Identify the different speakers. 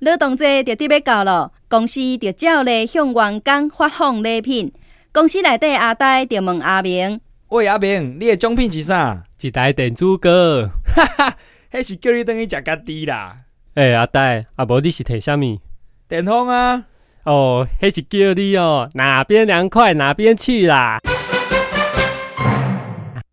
Speaker 1: 劳动节就得要到咯，公司就照例向员工发放礼品。公司内底阿呆就问阿明，
Speaker 2: 喂阿明，你的奖品是啥？
Speaker 3: 一台电子锅。
Speaker 2: 哈哈，迄是叫你等去食家己啦。
Speaker 3: 诶、阿呆，啊无你是摕啥物？
Speaker 2: 电风啊，
Speaker 3: 哦，迄是叫你哦，哪边凉快哪边去啦。